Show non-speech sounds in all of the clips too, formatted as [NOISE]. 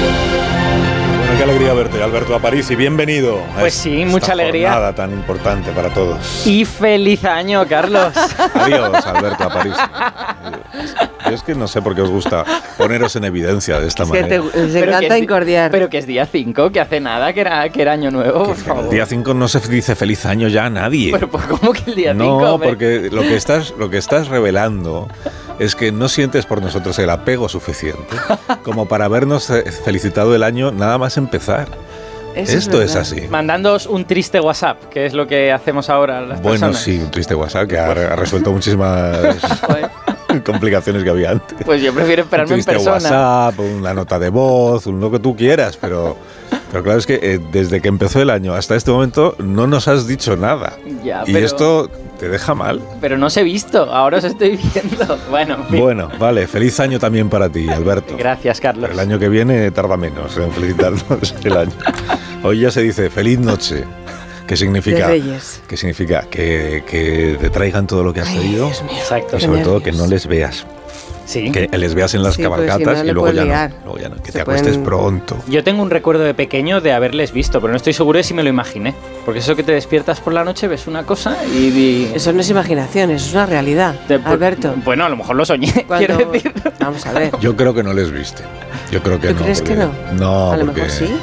Bueno, qué alegría verte, Alberto a París, y bienvenido. a Pues es- sí, esta mucha alegría. Jornada tan importante para todos. Y feliz año, Carlos. Adiós, Alberto a [LAUGHS] París. Yo es que no sé por qué os gusta poneros en evidencia de esta Es que manera. te, les encanta es di- incordiar. Pero que es día 5, que hace nada, que era, que era año nuevo, por Que El favor. día 5 no se dice feliz año ya a nadie. Pero pues, ¿cómo que el día 5? No, porque lo que estás lo que estás revelando es que no sientes por nosotros el apego suficiente como para habernos eh, felicitado el año nada más empezar. Eso Esto es, verdad. así. Mandándoos un triste WhatsApp, que es lo que hacemos ahora a las Bueno, personas. Pues sí, un triste WhatsApp que ha, ha resuelto muchísimas Joder, [LAUGHS] complicaciones que había antes. Pues yo prefiero Un esperarme en triste persona. WhatsApp, una nota de voz, un lo que tú quieras, pero, pero claro es que eh, desde que empezó el año hasta este momento no nos has dicho nada. Ah, Ya, y pero- esto te deja mal. Pero no os he visto, ahora os estoy viendo. [LAUGHS] Bueno, en fin. Bueno, vale, feliz año también para ti, Alberto. gracias, Carlos. El año que viene tarda menos en felicitarnos [LAUGHS] el año. Hoy ya se dice feliz noche, que De significa, Reyes. que, significa que, que te traigan todo lo que has Ay, pedido Dios mío. Exacto. y sobre Qué todo que nervios. no les veas, Sí. que les veas en las Sí, porque si no, cabalgatas le y luego puedes ya, liar. no, luego ya no, que Se te acuestes pueden- pronto. Yo tengo un recuerdo de pequeño de haberles visto, pero no estoy seguro de si me lo imaginé. Porque eso que te despiertas por la noche, ves una cosa y... di- Eso no es imaginación, eso es una realidad. Te- pues, Alberto. Bueno, a lo mejor lo soñé, [LAUGHS] cuando- quiero decir. Vamos a ver. Yo creo que no les viste. Yo creo que ¿Tú no. crees que porque- no? No, a lo porque, mejor sí.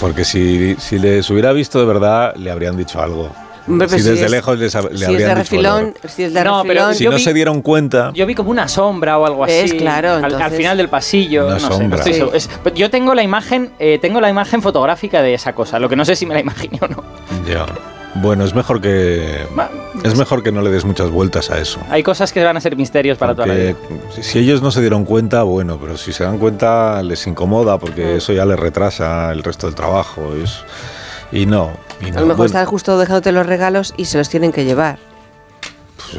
porque si, si les hubiera visto de verdad, le habrían dicho algo. Hombre, si pero desde es- lejos les, ha- le si es de habrían dicho algo. refilón, si es de No, pero- refilón, Si Yo no vi- se dieron cuenta, Yo vi como una sombra o algo ¿Ves? así. Claro, al- al, entonces- final del pasillo. Una no sé, no sombra. estoy Sí. seguro. Es- pero yo tengo la imagen, eh, tengo la imagen fotográfica de esa cosa. Lo que no sé si me la [LAUGHS] imaginé o no. Ya. Bueno, es mejor que Va, es mejor que no le des muchas vueltas a eso. Hay cosas que van a ser misterios para toda la Porque vida. si- si ellos no se dieron cuenta, bueno, pero si se dan cuenta les incomoda Mm. porque eso ya les retrasa el resto del trabajo. Es, y no. y no. a lo mejor Bueno, están justo dejándote los regalos y se los tienen que llevar.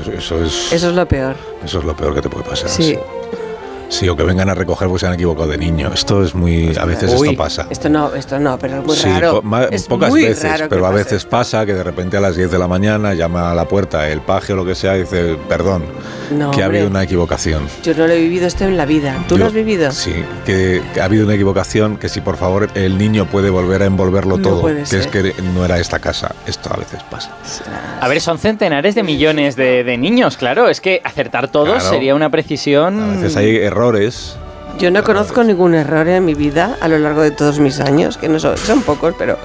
pues eso, es, Eso es lo peor. eso es lo peor que te puede pasar. Sí. Sí, o que vengan a recoger porque se han equivocado de niño. Esto es muy... A veces Uy, esto pasa. Esto no, esto no, pero es muy Sí, raro. po- ma- es pocas muy veces, raro que pero a pase. veces pasa que de repente a las 10 de la mañana llama a la puerta el paje o lo que sea y dice, perdón, No, que ha habido hombre. una equivocación. Yo no lo he vivido esto en la vida. ¿Tú Yo- lo has vivido? Sí, que, que ha habido una equivocación, que si por favor el niño puede volver a envolverlo No todo, puede que ser. es que no era esta casa. Esto a veces pasa. A ver, son centenares de millones de, de niños, claro. Es que acertar todos Claro. sería una A Mm. precisión. veces hay errores. Yo no conozco ningún error en mi vida a lo largo de todos mis años, que no son, son pocos, pero.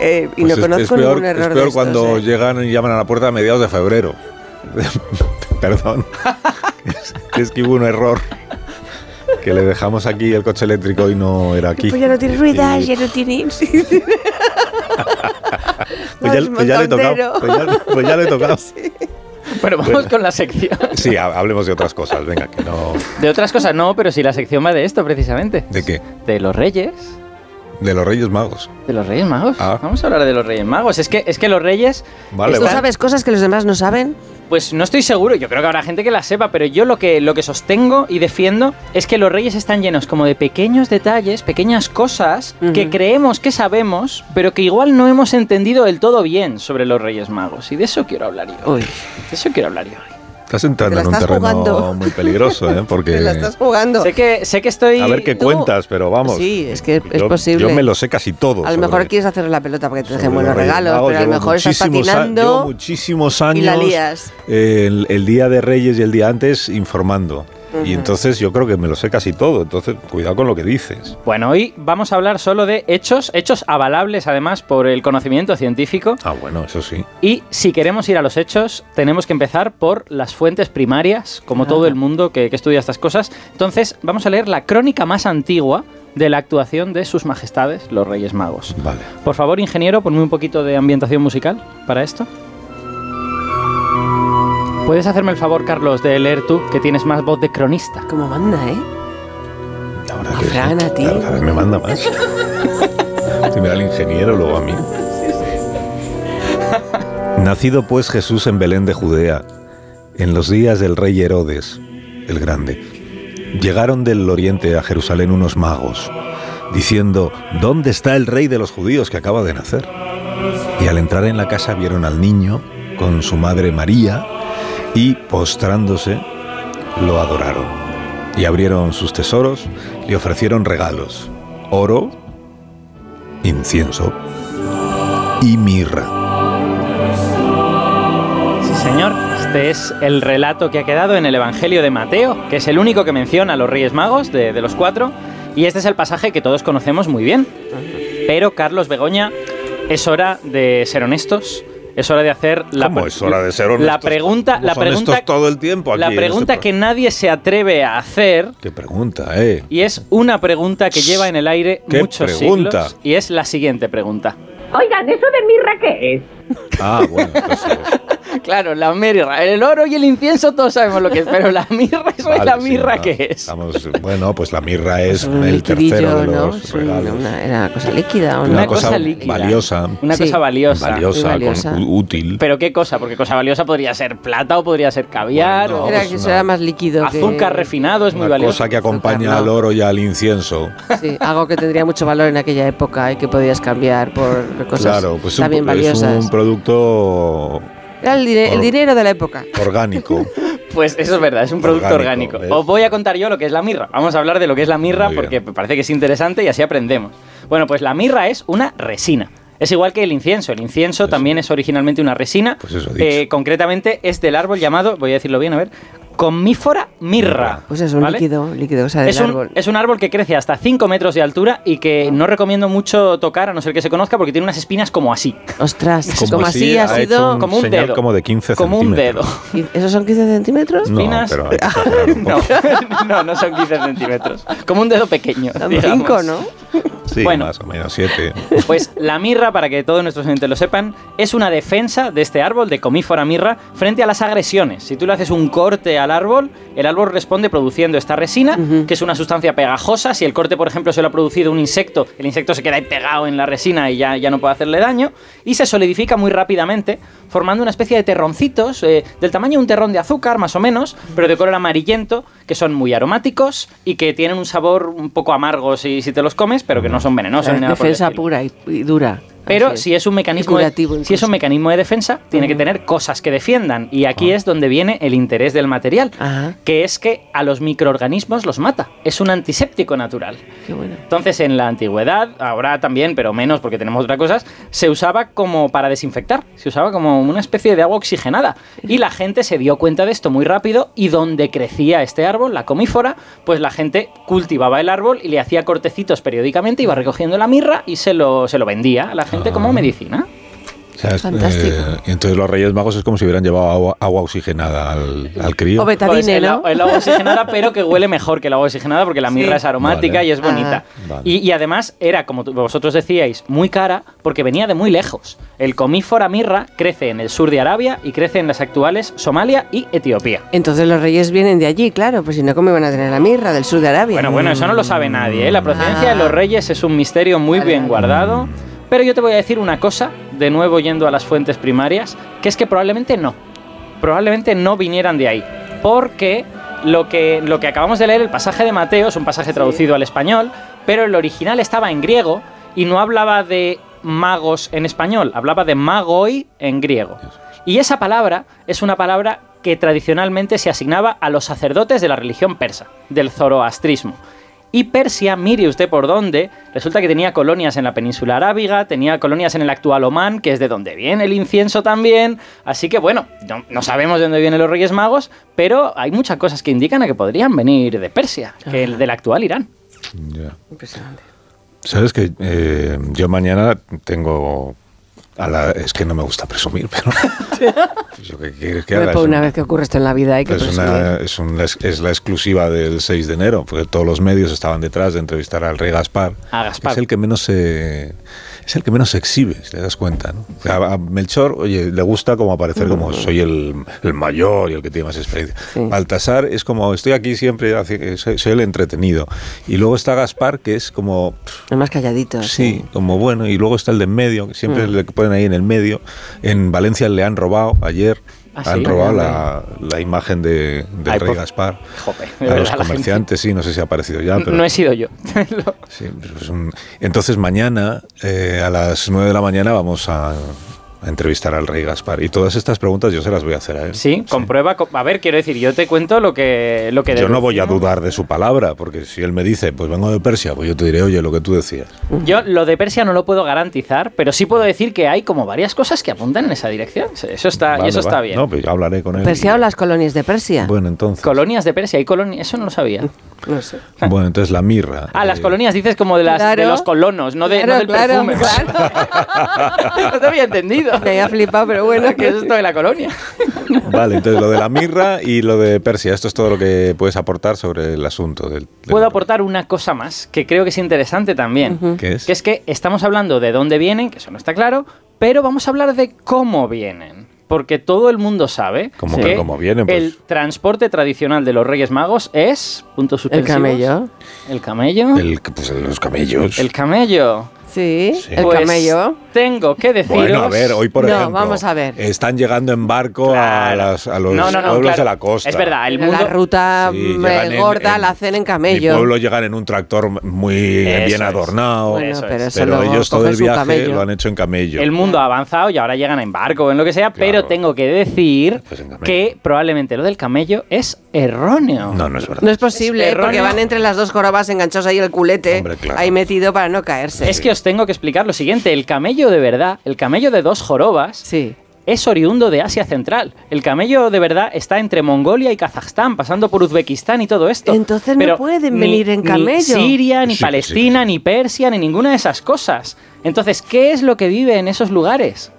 eh, y Pues no es- conozco es peor, ningún error es peor de estos, cuando eh. llegan y llaman a la puerta a mediados de febrero. [LAUGHS] [LAUGHS] Perdón. es, es que hubo un error. Que le dejamos aquí el coche eléctrico y no era aquí. Pues ya no tiene Y- ruedas, ya no tiene. Sí, sí. Pues ya, Es pues ya le he tocado. montondero. Pues ya, pues ya le he [LAUGHS] tocado. Sí, [LAUGHS] Bueno, vamos pues con la sección. ha- hablemos de otras cosas. Venga, que no. De otras cosas no, pero sí la sección va de esto precisamente. ¿De qué? De los reyes. De los Reyes Magos. De los Reyes Magos. Ah. Vamos a hablar de los Reyes Magos. Es que, es que los Reyes. [LAUGHS] Vale, ¿Tú vale. sabes cosas que los demás no saben? Pues no estoy seguro, yo creo que habrá gente que la sepa, pero yo lo que, lo que sostengo y defiendo es que los reyes están llenos como de pequeños detalles, pequeñas cosas Ujú. que creemos que sabemos, pero que igual no hemos entendido del todo bien sobre los reyes magos. Y de eso quiero hablar yo. Uy, De eso quiero hablar yo. Estás entrando Te la en un estás terreno jugando. muy peligroso, [LAUGHS] ¿eh? Porque. te la estás jugando. Sé que, sé que estoy... A ver qué tú- cuentas, pero vamos. Sí, es que es yo- posible. Yo me lo sé casi todo. A lo sobre- mejor quieres hacer la pelota para que te sobre dejen buenos los Reyes regalos, Magos. pero a lo Llevo mejor estás muchísimos a- llevo patinando. muchísimos años. la lías. eh, el, el día de Reyes y el día antes informando. Y Ujú. entonces yo creo que me lo sé casi todo. Entonces, cuidado con lo que dices. Bueno, hoy vamos a hablar solo de hechos, hechos avalables además por el conocimiento científico. Ah, bueno, eso sí. Y si queremos ir a los hechos, tenemos que empezar por las fuentes primarias, como Claro. todo el mundo que, que estudia estas cosas. Entonces, vamos a leer la crónica más antigua de la actuación de sus majestades, los Reyes Magos. Vale. Por favor, ingeniero, ponme un poquito de ambientación musical para esto. ¿Puedes hacerme el favor, Carlos, de leer tú, que tienes más voz de cronista? Como manda, ¿eh? Ahora A que- Fran, a ti. Cada vez me manda [LAUGHS] más. Primero al ingeniero, luego a mí. Nacido pues Jesús en Belén de Judea, en los días del rey Herodes el Grande, llegaron del oriente a Jerusalén unos magos, diciendo, ¿dónde está el rey de los judíos que acaba de nacer? Y al entrar en la casa vieron al niño con su madre María y postrándose lo adoraron. Y abrieron sus tesoros, le ofrecieron regalos, oro, incienso y mirra. Sí, señor. Este es el relato que ha quedado en el Evangelio de Mateo, que es el único que menciona a los Reyes Magos de, de los cuatro. Y este es el pasaje que todos conocemos muy bien. Pero, Carlos Begoña, es hora de ser honestos. Es hora de hacer la, ¿Cómo pre- es hora de ser honestos? la pregunta, Somos la pregunta, honestos todo el tiempo aquí la en este pregunta que programa. nadie se atreve a hacer Qué pregunta, eh. y es una pregunta que lleva en el aire ¿Qué muchos pregunta? siglos y es la siguiente pregunta. Oigan, ¿eso de mirra qué es? Ah, bueno, [LAUGHS] entonces, Claro, la mirra, el oro y el incienso todos sabemos lo que es, [LAUGHS] pero la mirra, eso es vale, Pues la sí, mirra no, que es. estamos- bueno, pues la mirra es Un el tercero liquidillo, de ¿no? los Es un- regalos. una, era cosa líquida, ¿o no? Una, Una cosa, cosa líquida. valiosa. Una Sí. cosa valiosa. valiosa, muy valiosa. con- u- útil. Pero qué cosa, porque cosa valiosa podría ser plata o podría ser caviar Bueno, o Era pues que una- eso era más líquido. que- azúcar refinado, es muy una valioso. cosa que acompaña Azúcar, al ¿no? oro y al incienso. Sí, algo que tendría mucho valor en aquella época y que podías cambiar por cosas claro, pues también un, es valiosas. un producto Era el, dire- el Or- dinero de la época. orgánico. Pues eso es verdad, es un producto Orgánico, orgánico. ¿ves? Os voy a contar yo lo que es la mirra. Vamos a hablar de lo que es la mirra Muy bien. porque me parece que es interesante y así aprendemos. Bueno, pues la mirra es una resina. Es igual que el incienso. El incienso también es originalmente una resina. Eh, Pues eso he dicho. concretamente es del árbol llamado, voy a decirlo bien, a ver, comífora mirra. Pues es un ¿vale? líquido, líquido, o sea, del Es un, árbol. es un árbol que crece hasta 5 metros de altura y que no recomiendo mucho tocar a no ser que se conozca porque tiene unas espinas como así. Ostras, como, así ha hecho sido... un como un señal dedo. como de 15 Como un dedo. centímetros. [LAUGHS] ¿Y ¿Esos son 15 centímetros? No, Espinas. pero hay que exagerar un No, poco. [LAUGHS] no, no son 15 centímetros. Como un dedo pequeño. Son digamos. cinco, ¿no? Sí, Bueno. más o menos 7. Pues la mirra, para que todos nuestros oyentes lo sepan, es una defensa de este árbol, de comífora mirra, frente a las agresiones. Si tú le haces un corte al árbol, el árbol responde produciendo esta resina, Ujú. que es una sustancia pegajosa. Si el corte, por ejemplo, se lo ha producido un insecto, el insecto se queda ahí pegado en la resina y ya, ya no puede hacerle daño. Y se solidifica muy rápidamente, formando una especie de terroncitos, eh, del tamaño de un terrón de azúcar, más o menos, pero de color amarillento, que son muy aromáticos y que tienen un sabor un poco amargo si, si te los comes, pero que no son venenosos. O sea, ni nada por el defensa estilo. pura y, y dura. Pero Así es. si es un mecanismo, Y de, curativo si es incluso. un mecanismo de defensa, tiene que tener cosas que defiendan. Y aquí es donde viene el interés del material, Ajá. que es que a los microorganismos los mata. Es un antiséptico natural. Qué bueno. Entonces, en la antigüedad, ahora también, pero menos porque tenemos otras cosas, se usaba como para desinfectar, se usaba como una especie de agua oxigenada. Y la gente se dio cuenta de esto muy rápido y donde crecía este árbol, la comífora, pues la gente cultivaba el árbol y le hacía cortecitos periódicamente, iba recogiendo la mirra y se lo, se lo vendía a la gente como medicina. O sea, es- Fantástico. eh, y entonces los Reyes Magos es como si hubieran llevado agua, agua oxigenada al, al crío. O betadine, Pues el, ¿no? agua- el agua oxigenada, pero que huele mejor que el agua oxigenada porque la mirra es aromática Vale. y es bonita. Ah. Vale. Y, y además era, como tú- vosotros decíais, muy cara porque venía de muy lejos. El comífora mirra crece en el sur de Arabia y crece en las actuales Somalia y Etiopía. Entonces los reyes vienen de allí, claro, pues si no, ¿cómo iban a tener la mirra del sur de Arabia? Mm. Bueno, bueno, eso no lo sabe nadie. ¿eh? La procedencia Ah. de los reyes es un misterio muy bien guardado. Pero yo te voy a decir una cosa, de nuevo yendo a las fuentes primarias, que es que probablemente no. Probablemente no vinieran de ahí. Porque lo que, lo que acabamos de leer, el pasaje de Mateo, es un pasaje traducido al español, pero el original estaba en griego y no hablaba de magos en español, hablaba de magoi en griego. Y esa palabra es una palabra que tradicionalmente se asignaba a los sacerdotes de la religión persa, del zoroastrismo. Y Persia, mire usted por dónde, resulta que tenía colonias en la península arábiga, tenía colonias en el actual Omán, que es de donde viene el incienso también. Así que bueno, no, no sabemos de dónde vienen los Reyes Magos, pero hay muchas cosas que indican a que podrían venir de Persia, que el del actual Irán. Ya. Impresionante. Sabes que yo mañana tengo a la es que no me gusta presumir, pero [LAUGHS] yo qué quieres que haga. Hombre, Es pues un- una vez que ocurre esto en la vida hay que es, una, es, un- es la exclusiva del 6 de enero, porque todos los medios estaban detrás de entrevistar al rey Gaspar. A Gaspar. que Es el que menos se es el que menos se exhibe, si te das cuenta, ¿no? O sea, a Melchor, oye, le gusta como aparecer como soy el, el mayor y el que tiene más experiencia. Mm. Sí. Baltasar es como estoy aquí siempre, hace- soy, soy el entretenido. Y luego está Gaspar, que es como Es más ¿eh? calladito. Sí, como Mm. bueno, y luego está el de en medio, que siempre le ponen ahí en el medio. En Valencia le han robado ayer. Ah, Han sí. robado la, la imagen de, del Ay, rey por- Gaspar. Joder, de A verdad, los la gente- comerciantes, sí, no sé si ha aparecido ya, pero... No he sido yo. [LAUGHS] Lo- Sí, pero es un- Entonces mañana eh, a las 9 de la mañana vamos a, a entrevistar al rey Gaspar. Y todas estas preguntas yo se las voy a hacer a él. sí, comprueba. co- A ver, quiero decir, yo te cuento lo que. Lo que Yo no voy a deduzco. dudar de su palabra, porque si él me dice, pues vengo de Persia, pues yo te diré, oye, lo que tú decías. Yo lo de Persia no lo puedo garantizar, pero sí puedo decir que hay como varias cosas que apuntan en esa dirección. Eso está, y Vale, eso está vale. bien. No, pues yo hablaré con él. Persia o las colonias de Persia. Bueno, entonces. Colonias de Persia, hay colonias, eso no lo sabía. no sé. bueno, entonces la mirra. Ah, las eh, colonias dices como de, las, Claro. de los colonos, no, de, no Claro, del claro, perfume. claro. [LAUGHS] no te había entendido. Me [LAUGHS] había flipado, pero bueno, que es esto de la colonia. [LAUGHS] Vale, entonces lo de la [LAUGHS] mirra y lo de Persia. Esto es todo lo que puedes aportar sobre el asunto del. del- Puedo aportar una cosa más que creo que es interesante también. ¿Qué es? Que es que estamos hablando de dónde vienen, que eso no está claro, pero vamos a hablar de cómo vienen. Porque todo el mundo sabe ¿Cómo que cómo vienen, pues? el transporte tradicional de los Reyes Magos es... Puntos El suspensivos. camello. El camello. El, El- pues, los camellos. camello. Sí, Sí. el Pues, camello. Tengo que deciros... Bueno, a ver, hoy por No, ejemplo. vamos a ver. Están llegando en barco a, Claro. las- a los No, no, no, pueblos claro. de la costa. Es verdad, el Pero mundo... La ruta Sí, mm, llegan en- gorda en- la hacen en Mi camello. pueblo llegan en un tractor muy Eso bien es. adornado. bueno, Eso pero es. eso pero luego ellos todo cogen el su viaje camello. lo han hecho en camello. El mundo ha avanzado y ahora llegan en barco o en lo que sea, Claro. pero tengo que decir Pues en camello. que probablemente lo del camello es erróneo. No, no es verdad. No es posible, Es porque erróneo. van entre las dos jorobas enganchados ahí el culete, Hombre, claro. ahí metido para no caerse. Es que os tengo que explicar lo siguiente, el camello de verdad, el camello de dos jorobas, Sí. es oriundo de Asia Central. El camello de verdad está entre Mongolia y Kazajstán, pasando por Uzbekistán y todo esto. Entonces no pueden ni- venir en ni camello. Siria, ni Sí, sí, Palestina, sí. ni Persia, ni ninguna de esas cosas. Entonces, ¿qué es lo que vive en esos lugares?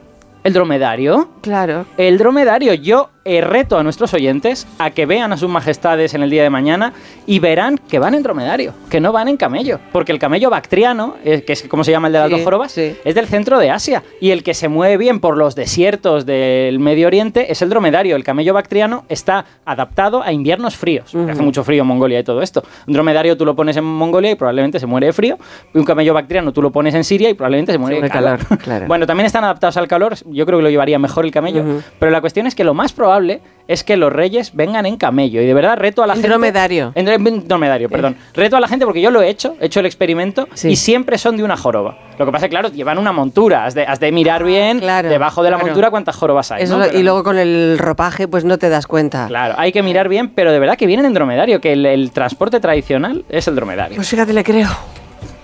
¿El dromedario? Claro. El dromedario, yo eh, reto a nuestros oyentes a que vean a sus majestades en el día de mañana y verán que van en dromedario, que no van en camello. Porque el camello bactriano, eh, que es como se llama el de las Sí, dos jorobas, sí. es del centro de Asia. Y el que se mueve bien por los desiertos del Medio Oriente es el dromedario. El camello bactriano está adaptado a inviernos fríos. que Hace mucho frío en Mongolia y todo esto. Un dromedario tú lo pones en Mongolia y probablemente se muere de frío. Y un camello bactriano tú lo pones en Siria y probablemente se muere Se de muere de calor. calor, claro. [LAUGHS] Bueno, también están adaptados al calor. Yo creo que lo llevaría mejor el camello. Pero la cuestión es que lo más probable es que los reyes vengan en camello. Y de verdad reto a la En gente. dromedario. En dro- en dromedario, perdón. Reto a la gente porque yo lo he hecho, he hecho el experimento Sí. y siempre son de una joroba. Lo que pasa es que, claro, llevan una montura. Has de, has de mirar bien Ah, Claro, debajo de la claro. montura cuántas jorobas hay. Eso ¿no? lo- Pero- y luego con el ropaje, pues no te das cuenta. Claro, hay que mirar bien, pero de verdad que vienen en dromedario, que el, el transporte tradicional es el dromedario. Pues fíjate, le creo.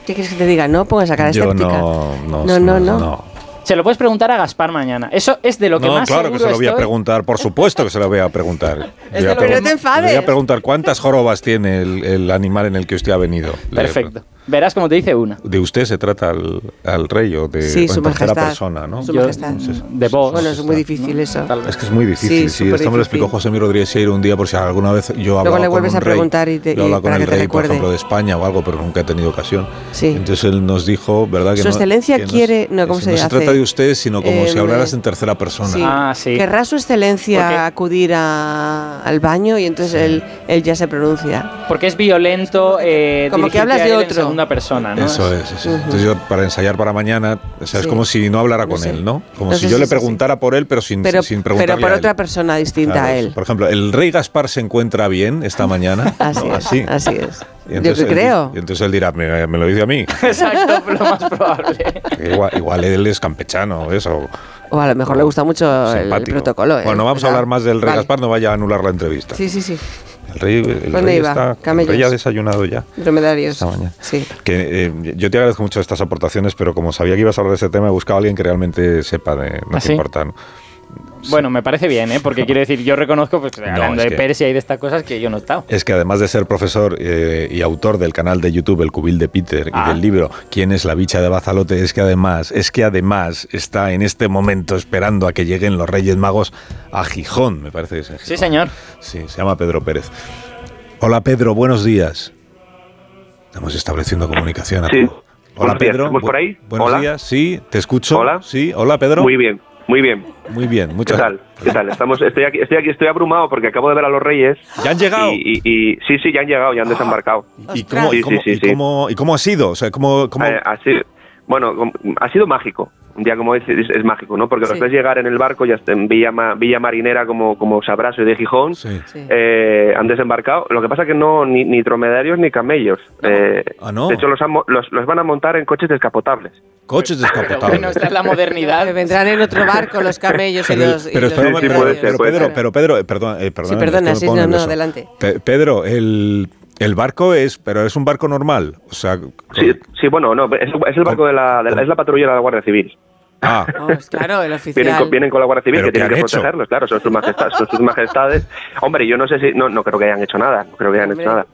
¿Qué quieres que te diga? No pongas a cara Yo escéptica. no, no, no, no, no. Se lo puedes preguntar a Gaspar mañana. Eso es de lo que No, más claro que se seguro lo voy a estoy. preguntar, por supuesto que se lo voy a [LAUGHS] preguntar. Es Le voy a de lo que- pregun- Pero no te enfades. Le voy a preguntar cuántas jorobas tiene el, el animal en el que usted ha venido. Le- Perfecto. Verás como te dice una. De usted se trata al, al rey o de Sí, su en tercera majestad. persona, ¿no? Su Yo- majestad. de pues, vos. Bueno, es muy difícil eso. Tal- Es que es muy difícil, Sí, sí. Esto me superdifícil. lo explicó José Mi Rodríguez Sierra un día, por si alguna vez yo hablaba le con vuelves un a rey, preguntar y te- yo hablaba y con para el que te rey, por recuerde. ejemplo, de España o algo, pero nunca he tenido ocasión. Sí. Entonces él nos dijo, ¿verdad? Que Su no- excelencia que no, quiere- no, que ¿cómo si se no se hace? trata de usted, sino como si Em, hablaras en tercera persona. Sí. Ah, sí. Querrá su excelencia Porque- acudir a- al baño y entonces él, él ya se pronuncia. Porque es violento. eh, Como que dirigirte hablas a de él en otro. segunda persona, ¿no? Eso es, eso es. Entonces yo para ensayar para mañana, o sea, es Sí. como si no hablara No con sé. él, ¿no? Como No si sé yo si le es así. preguntara por él, pero sin, Pero, sin pero preguntarle por a él. otra persona distinta Claro, a eso. él. Por ejemplo, el rey Gaspar se encuentra bien esta mañana. [LAUGHS] Así ¿no? es. Así, es. Ah, Y entonces Yo él- creo. y entonces él dirá, me, me lo dice a mí. [LAUGHS] [LAUGHS] Exacto, lo más probable. [LAUGHS] Igual, igual él es campechano, eso. O a lo mejor le gusta mucho el- el, Simpático. protocolo. ¿eh? Bueno, no vamos a ¿Verdad? hablar más del rey Vale. Gaspar, no vaya a anular la entrevista. Sí, sí, sí. El rey, el ¿Dónde rey iba? está. El Camellos. rey ha desayunado ya. Dromedarios. Esta mañana. Sí. Que, eh, yo te agradezco mucho estas aportaciones, pero como sabía que ibas a hablar de este tema, he buscado a alguien que realmente sepa de no ¿Ah, sí? importa. ¿no? Bueno, me parece bien, ¿eh? Porque quiero decir, yo reconozco, pues, hablando es de que- Persia y de estas cosas, que yo no he estado. Es que además de ser profesor eh, y autor del canal de YouTube El Cubil de Peter Ah. y del libro ¿Quién es la bicha de Bazalote? Es que además, es que además está en este momento esperando a que lleguen los Reyes Magos a Gijón, me parece que es en Sí, Gijón. señor. Sí, se llama Pedro Pérez. Hola Pedro, buenos días. Estamos estableciendo comunicación. Sí. Hola Buenos días, Pedro. ¿estamos por Bu- ahí? Buenos Hola. días, sí, te escucho. Hola. Sí, hola Pedro. Muy bien, muy bien. Muy bien, ¿Qué muchas tal? ¿Qué tal? Estamos, estoy aquí, estoy aquí, estoy abrumado porque acabo de ver a los Reyes. ¿Ya han llegado? Y, y- y- sí, sí, ya han llegado, ya han desembarcado. ¿Y cómo, y Sí, ah, cómo- sí, sí, y sí. cómo- y cómo ha sido? O sea, ¿cómo, cómo- Eh, así, bueno, com- ha sido mágico. un día como hoy es, es mágico, ¿no? Porque Sí. los ves llegar en el barco, ya est- en Villa, Ma- Villa Marinera, como, como sabrás, soy de Gijón, Sí. Sí. eh, han desembarcado. Lo que pasa que no, ni, ni dromedarios ni camellos. Eh, Ah, no. De hecho, los, han mo- los, los van a montar en coches descapotables. Coches Pero bueno, descapotables. esta es la modernidad. Que vendrán en otro barco los camellos y Pero, los. y pero los espera un Sí, momento, sí, puede camellos. ser, pero puede Pedro, ser. pero Pedro, eh, perdón, eh, perdona, perdona, es que me sí, pongo no, no, nervioso. adelante. Pe- Pedro, el, el barco es, pero es un barco normal, o sea, con- Sí, sí, bueno, no, es, es el barco de la, de la- es la patrulla de la Guardia Civil. ah, Oh, pues claro, el oficial. Vienen con, vienen con la Guardia Civil ¿Pero que qué tienen han que hecho? protegerlos, claro, son sus, majestades, son sus majestades. Hombre, yo no sé si, no, no creo que hayan hecho nada, no creo que hayan Hombre. hecho nada.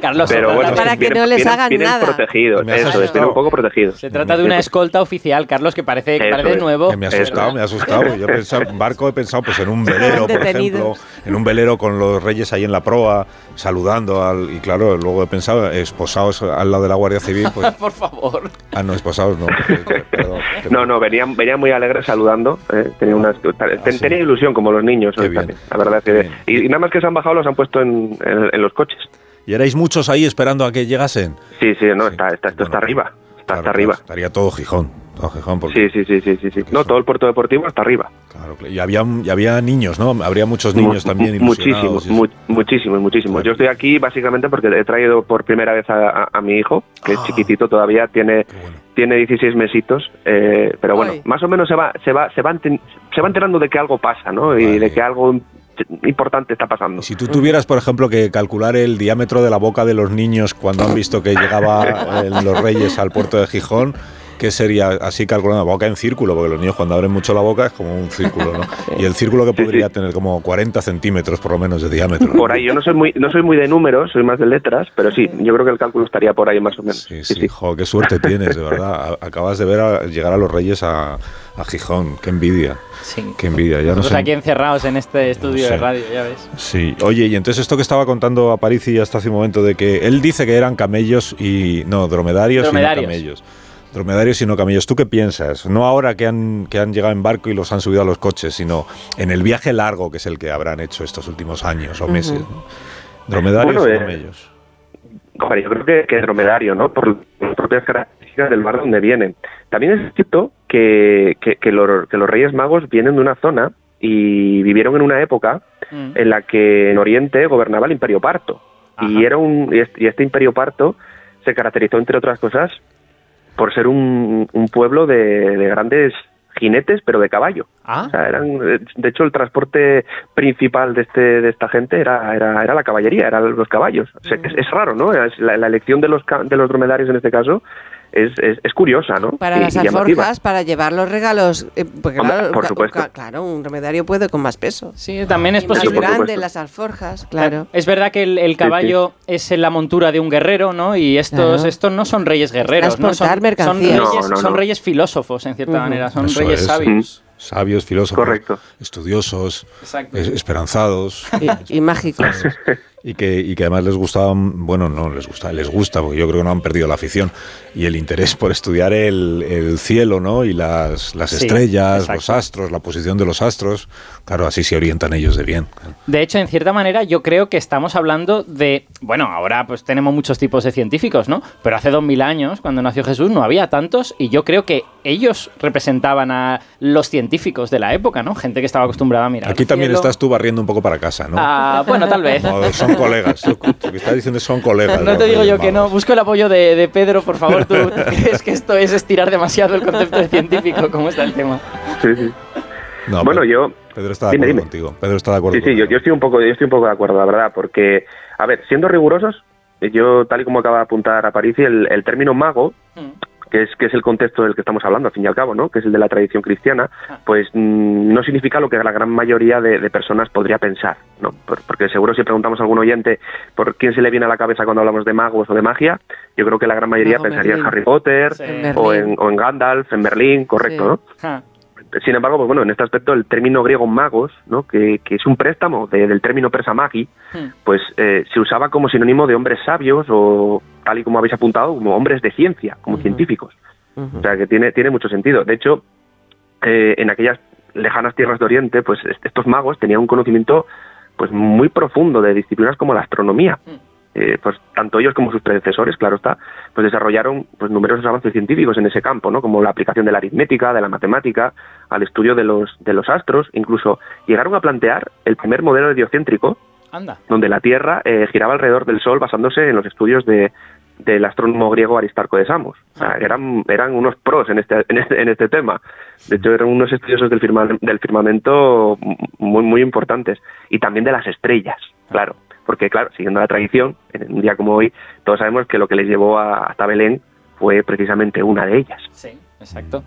Carlos, se Pero trata- bueno, para que no les hagan vienen nada. protegidos, Me has eso es, asustado. vienen un poco protegidos. se trata de una escolta oficial, Carlos, que parece, que Eso parece es. nuevo. que me ha Eso. asustado, me ha asustado. Yo he pensado en barco, he pensado pues en un velero, por ejemplo, Detenidos. en un velero con los reyes ahí en la proa, saludando al, y claro, luego he pensado, esposados al lado de la Guardia Civil, pues, Por favor. ah, no, esposados [LAUGHS] no, eh, perdón, que- No, no, venían, venían muy alegres saludando. eh, tenía, unas- ten- tenía Ah, sí. ilusión como los niños, Qué eh, bien. también, la verdad. Qué que bien. y, y nada más que se han bajado, los han puesto en, en- en los coches. Y erais muchos ahí esperando a que llegasen. Sí, sí, no, Sí. está, está, esto Bueno, está arriba. Está Claro, hasta claro, arriba. Estaría todo Gijón, todo Gijón, porque Sí, sí, sí, sí, sí, sí. Porque No, son- todo el puerto deportivo hasta arriba. Claro, y había, y había niños, ¿no? Habría muchos niños Mu- también mu- ilusionados. Muchísimos, y eso. mu- muchísimos, muchísimos. Claro. Yo estoy aquí básicamente porque he traído por primera vez a, a- a mi hijo, que Ah. es chiquitito todavía, tiene Qué bueno. tiene 16 mesitos, eh, pero bueno, Ay. más o menos se va se va se va, enten- se va enterando de que algo pasa, ¿no? Y Vale. de que algo importante está pasando. Y Si tú tuvieras, por ejemplo, que calcular el diámetro de la boca de los niños cuando han visto que llegaba eh, los reyes al puerto de Gijón, ¿qué sería? Así calculando la boca en círculo, porque los niños cuando abren mucho la boca es como un círculo, ¿no? Y el círculo que Sí, sí. podría tener como 40 centímetros por lo menos de diámetro. Por ahí yo no soy muy no soy muy de números, soy más de letras, pero sí, yo creo que el cálculo estaría por ahí más o menos. Sí, sí, jo, qué suerte tienes, de verdad. A- Acabas de ver a- llegar a los reyes a, a Gijón, qué envidia, Sí. qué envidia. Ya no Nosotros sé- aquí encerrados en este estudio sé. de radio, ya ves. Sí, oye, y entonces esto que estaba contando a París y hasta hace un momento de que él dice que eran camellos y no, dromedarios, y Dromedarios. no camellos. Dromedarios y no camellos. ¿Tú qué piensas? No ahora que han, que han llegado en barco y los han subido a los coches, sino en el viaje largo que es el que habrán hecho estos últimos años o meses. ¿no? Dromedarios Bueno, y eh, camellos. Joder, yo creo que, que es dromedario, ¿no? Por las propias características del bar donde vienen. También es cierto que, que, que los, que los Reyes Magos vienen de una zona y vivieron en una época Mm. Eh, en la que en Oriente gobernaba el Imperio Parto. Ajá. Y, era un, y este- y este Imperio Parto se caracterizó, entre otras cosas, por ser un, un pueblo de, de grandes jinetes, pero de caballo. Ah. O sea, eran, eh, de hecho, el transporte principal de, este, de esta gente era, era, era la caballería, eran los caballos. O sea, que es, es raro, ¿no? Es la, la elección de los, ca- de los dromedarios en este caso es, es, es curiosa, ¿no? Para Y- las y llamativa. alforjas, para llevar los regalos. eh, porque Hombre, claro, por ca- supuesto. ca- claro, un dromedario puede con más peso. Sí, también es Y más Sí, por posible. grande supuesto. las alforjas, claro. Eh, Es verdad que el, el caballo es en la montura de un guerrero, ¿no? Y estos, Claro. estos no son reyes guerreros, ¿no? Son, Transportar son mercancías. reyes, No, no, son no. reyes filósofos, en cierta manera. Son Eso reyes es. sabios. Sabios, filósofos, Correcto. estudiosos, Exacto. es- esperanzados. Y, y mágicos. Y que, y que además les gustaban, bueno, no les gusta, les gusta, porque yo creo que no han perdido la afición y el interés por estudiar el, el cielo, ¿no? Y las, las Sí, estrellas, exacto. los astros, la posición de los astros. Claro, así se orientan ellos de bien. De hecho, en cierta manera, yo creo que estamos hablando de. Bueno, ahora pues tenemos muchos tipos de científicos, ¿no? Pero hace 2000 años, cuando nació Jesús, no había tantos, y yo creo que ellos representaban a los científicos de la época, ¿no? Gente que estaba acostumbrada a mirar. Aquí al también cielo. estás tú barriendo un poco para casa, ¿no? Ah, bueno, tal vez. No, son colegas. Lo que estás diciendo es son colegas. No los te digo Reyes yo que no. Magos. Busco el apoyo de, de Pedro, por favor. ¿Tú [LAUGHS] tú crees que esto es estirar demasiado el concepto de científico? ¿Cómo está el tema? Sí, sí. No, Bueno, Pedro- yo Pedro está de Dime, acuerdo dime. contigo. Pedro está de acuerdo Sí, sí, yo, contigo. yo estoy un poco, yo estoy un poco de acuerdo, la verdad, porque, a ver, siendo rigurosos, yo, tal y como acaba de apuntar a París, el, el término mago, Mm. que es, que es el contexto del que estamos hablando, al fin y al cabo, ¿no? que es el de la tradición cristiana, Ah. pues mm, no significa lo que la gran mayoría de, de personas podría pensar, ¿no? Por- porque seguro si preguntamos a algún oyente por quién se le viene a la cabeza cuando hablamos de magos o de magia, yo creo que la gran mayoría Mago pensaría en Merlín. Harry Potter Sí. En o, Berlín. en, o en Gandalf, en Berlín, correcto, Sí. ¿no? Ja. Sin embargo, pues bueno, en este aspecto el término griego magos, ¿no? que, que es un préstamo de- del término persa magi, Hmm. pues eh, se usaba como sinónimo de hombres sabios o, tal y como habéis apuntado, como hombres de ciencia, como Ujú. científicos. Ujú. O sea, que tiene, tiene mucho sentido. De hecho, eh, en aquellas lejanas tierras de Oriente, pues est- estos magos tenían un conocimiento pues muy profundo de disciplinas como la astronomía. eh, pues tanto ellos como sus predecesores, claro está, pues desarrollaron pues numerosos avances científicos en ese campo, ¿no? Como la aplicación de la aritmética, de la matemática, al estudio de los de los astros, incluso llegaron a plantear el primer modelo heliocéntrico, Anda. donde la Tierra eh, giraba alrededor del Sol basándose en los estudios de del astrónomo griego Aristarco de Samos. O sea, eran, eran unos pros en este, en este, en este tema. De hecho, eran unos estudiosos del, firma- del firmamento muy, muy importantes. Y también de las estrellas, claro. Porque, claro, siguiendo la tradición, en un día como hoy, todos sabemos que lo que les llevó a- hasta Belén fue precisamente una de ellas. Sí, exacto.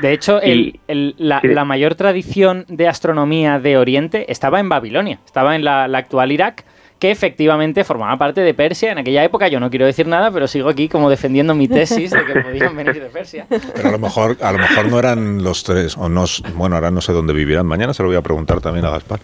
De hecho, el- Y- el- la, sí. la mayor tradición de astronomía de Oriente estaba en Babilonia, estaba en la, la actual Irak, que efectivamente formaba parte de Persia en aquella época. Yo no quiero decir nada, pero sigo aquí como defendiendo mi tesis de que podían venir de Persia. [LAUGHS] Pero a lo mejor, a lo mejor no eran los tres, o no, s- bueno, ahora no sé dónde vivirán, mañana se lo voy a preguntar también a Gaspar,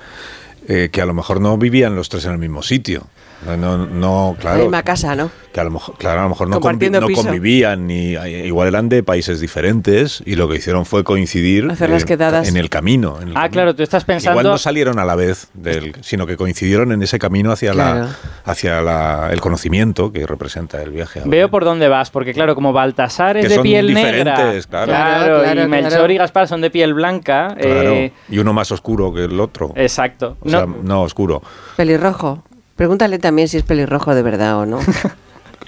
eh, que a lo mejor no vivían los tres en el mismo sitio. No, no, no, La claro. misma casa, ¿no? Que a lo mejor, claro, a lo mejor no, convi- Compartiendo no piso. convivían, ni, eh, igual eran de países diferentes, y lo que hicieron fue coincidir Hacer las eh, quedadas. en el camino. en el Ah, camino. claro, tú estás pensando. Igual no salieron a la vez, del, sino que coincidieron en ese camino hacia, Claro. la, hacia la- el conocimiento que representa el viaje. a Veo Belén. por dónde vas, porque claro, como Baltasar es Que de son piel diferentes, negra. claro. Claro, claro, y Melchor claro. y Gaspar son de piel blanca. Claro, eh, y uno más oscuro que el otro. exacto. O sea, No- no oscuro. Pelirrojo. Pregúntale también si es pelirrojo de verdad o no.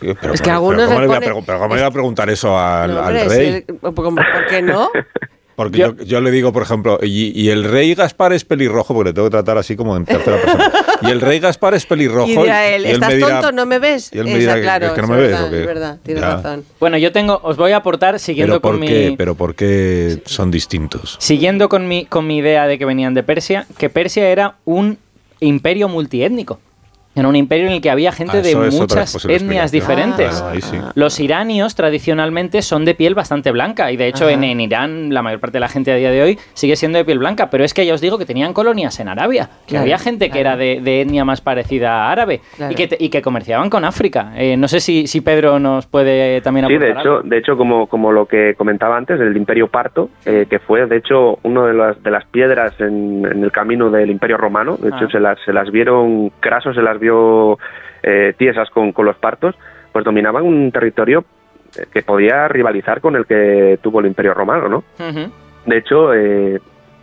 Pero, Es que pero- algunos pero ¿cómo le le voy a ponen- pregu- pero ¿cómo le voy a preguntar eso [LAUGHS] al, No, al hombre, rey? si él- ¿por por [LAUGHS] qué no? Porque Yo- yo, yo le digo, por ejemplo, y, y el rey Gaspar es pelirrojo, porque le tengo que tratar así como en tercera persona. Y el rey Gaspar es pelirrojo. Y dirá él, y él ¿estás me dirá- tonto? ¿No me ves? Y él me Esa, dirá que- claro, que no es me ves. verdad, ¿o qué? es verdad, tienes Ya. razón. Bueno, yo tengo, os voy a aportar Pero siguiendo ¿por, con mi. qué, pero ¿por qué son distintos? Siguiendo con mi, con mi idea de que venían de Persia, que Persia era un imperio multiétnico. Era un imperio en el que había gente Ah, de eso es otra muchas posible etnias explicación. Ah, diferentes. Claro, ahí sí. Ah. Los iranios tradicionalmente son de piel bastante blanca y de hecho Ajá. en, en Irán la mayor parte de la gente a día de hoy sigue siendo de piel blanca, pero es que ya os digo que tenían colonias en Arabia, que Claro, había gente que claro. era de, de etnia más parecida a árabe Claro. y, que, te- y que comerciaban con África. Eh, no sé si, si Pedro nos puede también Sí, de aportar algo. hecho, de hecho como, como lo que comentaba antes, el imperio parto, eh, que fue de hecho una de las, de las piedras en, en el camino del imperio romano, de hecho Ah. se las, se las vieron, Craso se las vio eh, tiesas con, con los partos, pues dominaban un territorio eh, que podía rivalizar con el que tuvo el imperio romano, ¿no? Ujú. De hecho, eh,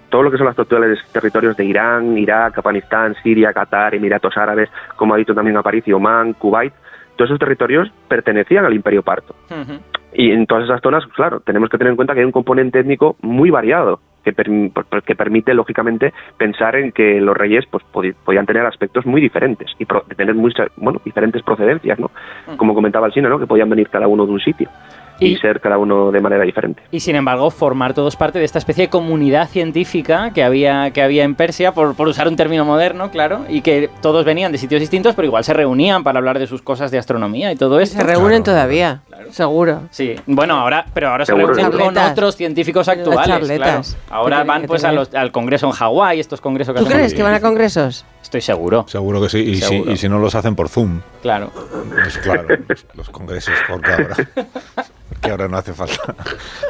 todo lo que son las actuales territorios de Irán, Irak, Afganistán, Siria, Qatar, Emiratos Árabes, como ha dicho también Aparicio, Oman, Kuwait, todos esos territorios pertenecían al imperio parto. Ujú. Y en todas esas zonas, pues claro, tenemos que tener en cuenta que hay un componente étnico muy variado que, perm- por- que permite, lógicamente, pensar en que los reyes pues, podi- podían tener aspectos muy diferentes y pro- tener muchas, bueno, diferentes procedencias, ¿no? Como comentaba el chino, ¿no? Que podían venir cada uno de un sitio y Y- ser cada uno de manera diferente. Y sin embargo, formar todos parte de esta especie de comunidad científica que había, que había en Persia, por, por usar un término moderno, claro, y que todos venían de sitios distintos, pero igual se reunían para hablar de sus cosas de astronomía y todo Se esto. reúnen todavía, seguro. Sí, bueno, ahora, pero ahora se Seguro, reúnen seguro. con Charletas. otros científicos Las actuales. Claro. charletas que Ahora tienen van que pues a tener. los- al congreso en Hawái, estos congresos que ¿Tú hacen- crees que van a congresos? Estoy seguro, Seguro que sí. Y, si, Seguro. y si no los hacen por Zoom, claro. pues claro, los, los congresos, porque ahora, porque ahora no hace falta.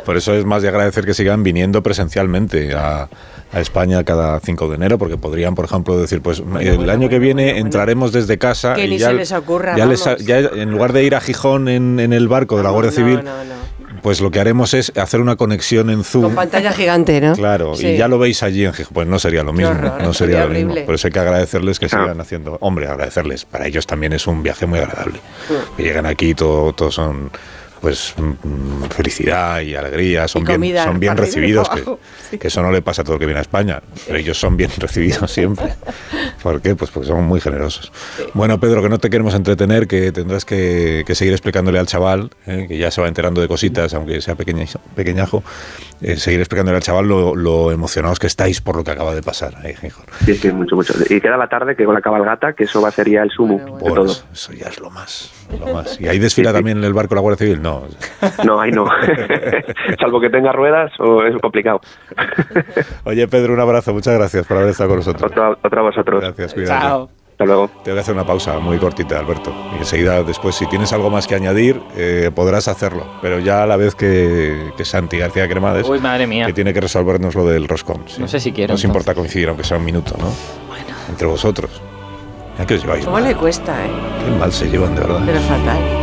Por eso es más de agradecer que sigan viniendo presencialmente a, a España cada 5 de enero, porque podrían, por ejemplo, decir, pues el bueno, año que bueno, viene bueno, bueno. entraremos desde casa. Que y ni ya, se les ocurra, ya les- vamos. ya en lugar de ir a Gijón en, en el barco de la Guardia No, Civil, no, no. pues lo que haremos es hacer una conexión en Zoom. Con pantalla gigante, ¿no? Claro, Sí. y ya lo veis allí en Gijón. Pues no sería lo mismo. horror, no sería sería lo horrible. mismo. Por eso hay que agradecerles que Claro. sigan haciendo. Hombre, agradecerles. Para ellos también es un viaje muy agradable. Mm. Que llegan aquí, todo- todos son. Pues mm, felicidad y alegría, son bien, comida, son bien arriba y recibidos, que, abajo, sí. que eso no le pasa a todo el que viene a España, pero ellos son bien [LAUGHS] recibidos siempre. ¿Por qué? Pues porque son muy generosos. Bueno, Pedro, que no te queremos entretener, que tendrás que, que seguir explicándole al chaval, ¿eh? que ya se va enterando de cositas, aunque sea pequeña- pequeñajo, eh, seguir explicándole al chaval lo, lo emocionados que estáis por lo que acaba de pasar. eh, ahí, Gijón. Sí, sí, mucho, mucho. Y queda la tarde que con la cabalgata, que eso va sería el sumo Bueno, de Bueno, todo. eso- eso ya es lo más, lo más. ¿Y ahí desfila también en el barco la Guardia Civil? No. No, ahí [LAUGHS] no. Salvo que tenga ruedas, o es complicado. Oye, Pedro, un abrazo, muchas gracias por haber estado con nosotros. Otra, otra a vosotros. Gracias, cuídate. Chao. Hasta luego. Tengo que hacer una pausa muy cortita, Alberto. Y enseguida, después, si tienes algo más que añadir, eh, podrás hacerlo. Pero ya a la vez que, que Santi García Cremades, Uy, madre mía. que tiene que resolvernos lo del roscón. sí. No sé si quiero, Nos entonces. importa coincidir, aunque sea un minuto, ¿no? Entre vosotros. ¿A qué os lleváis? ¿Cómo mal? le cuesta, eh? Qué mal se llevan, de verdad. Pero fatal.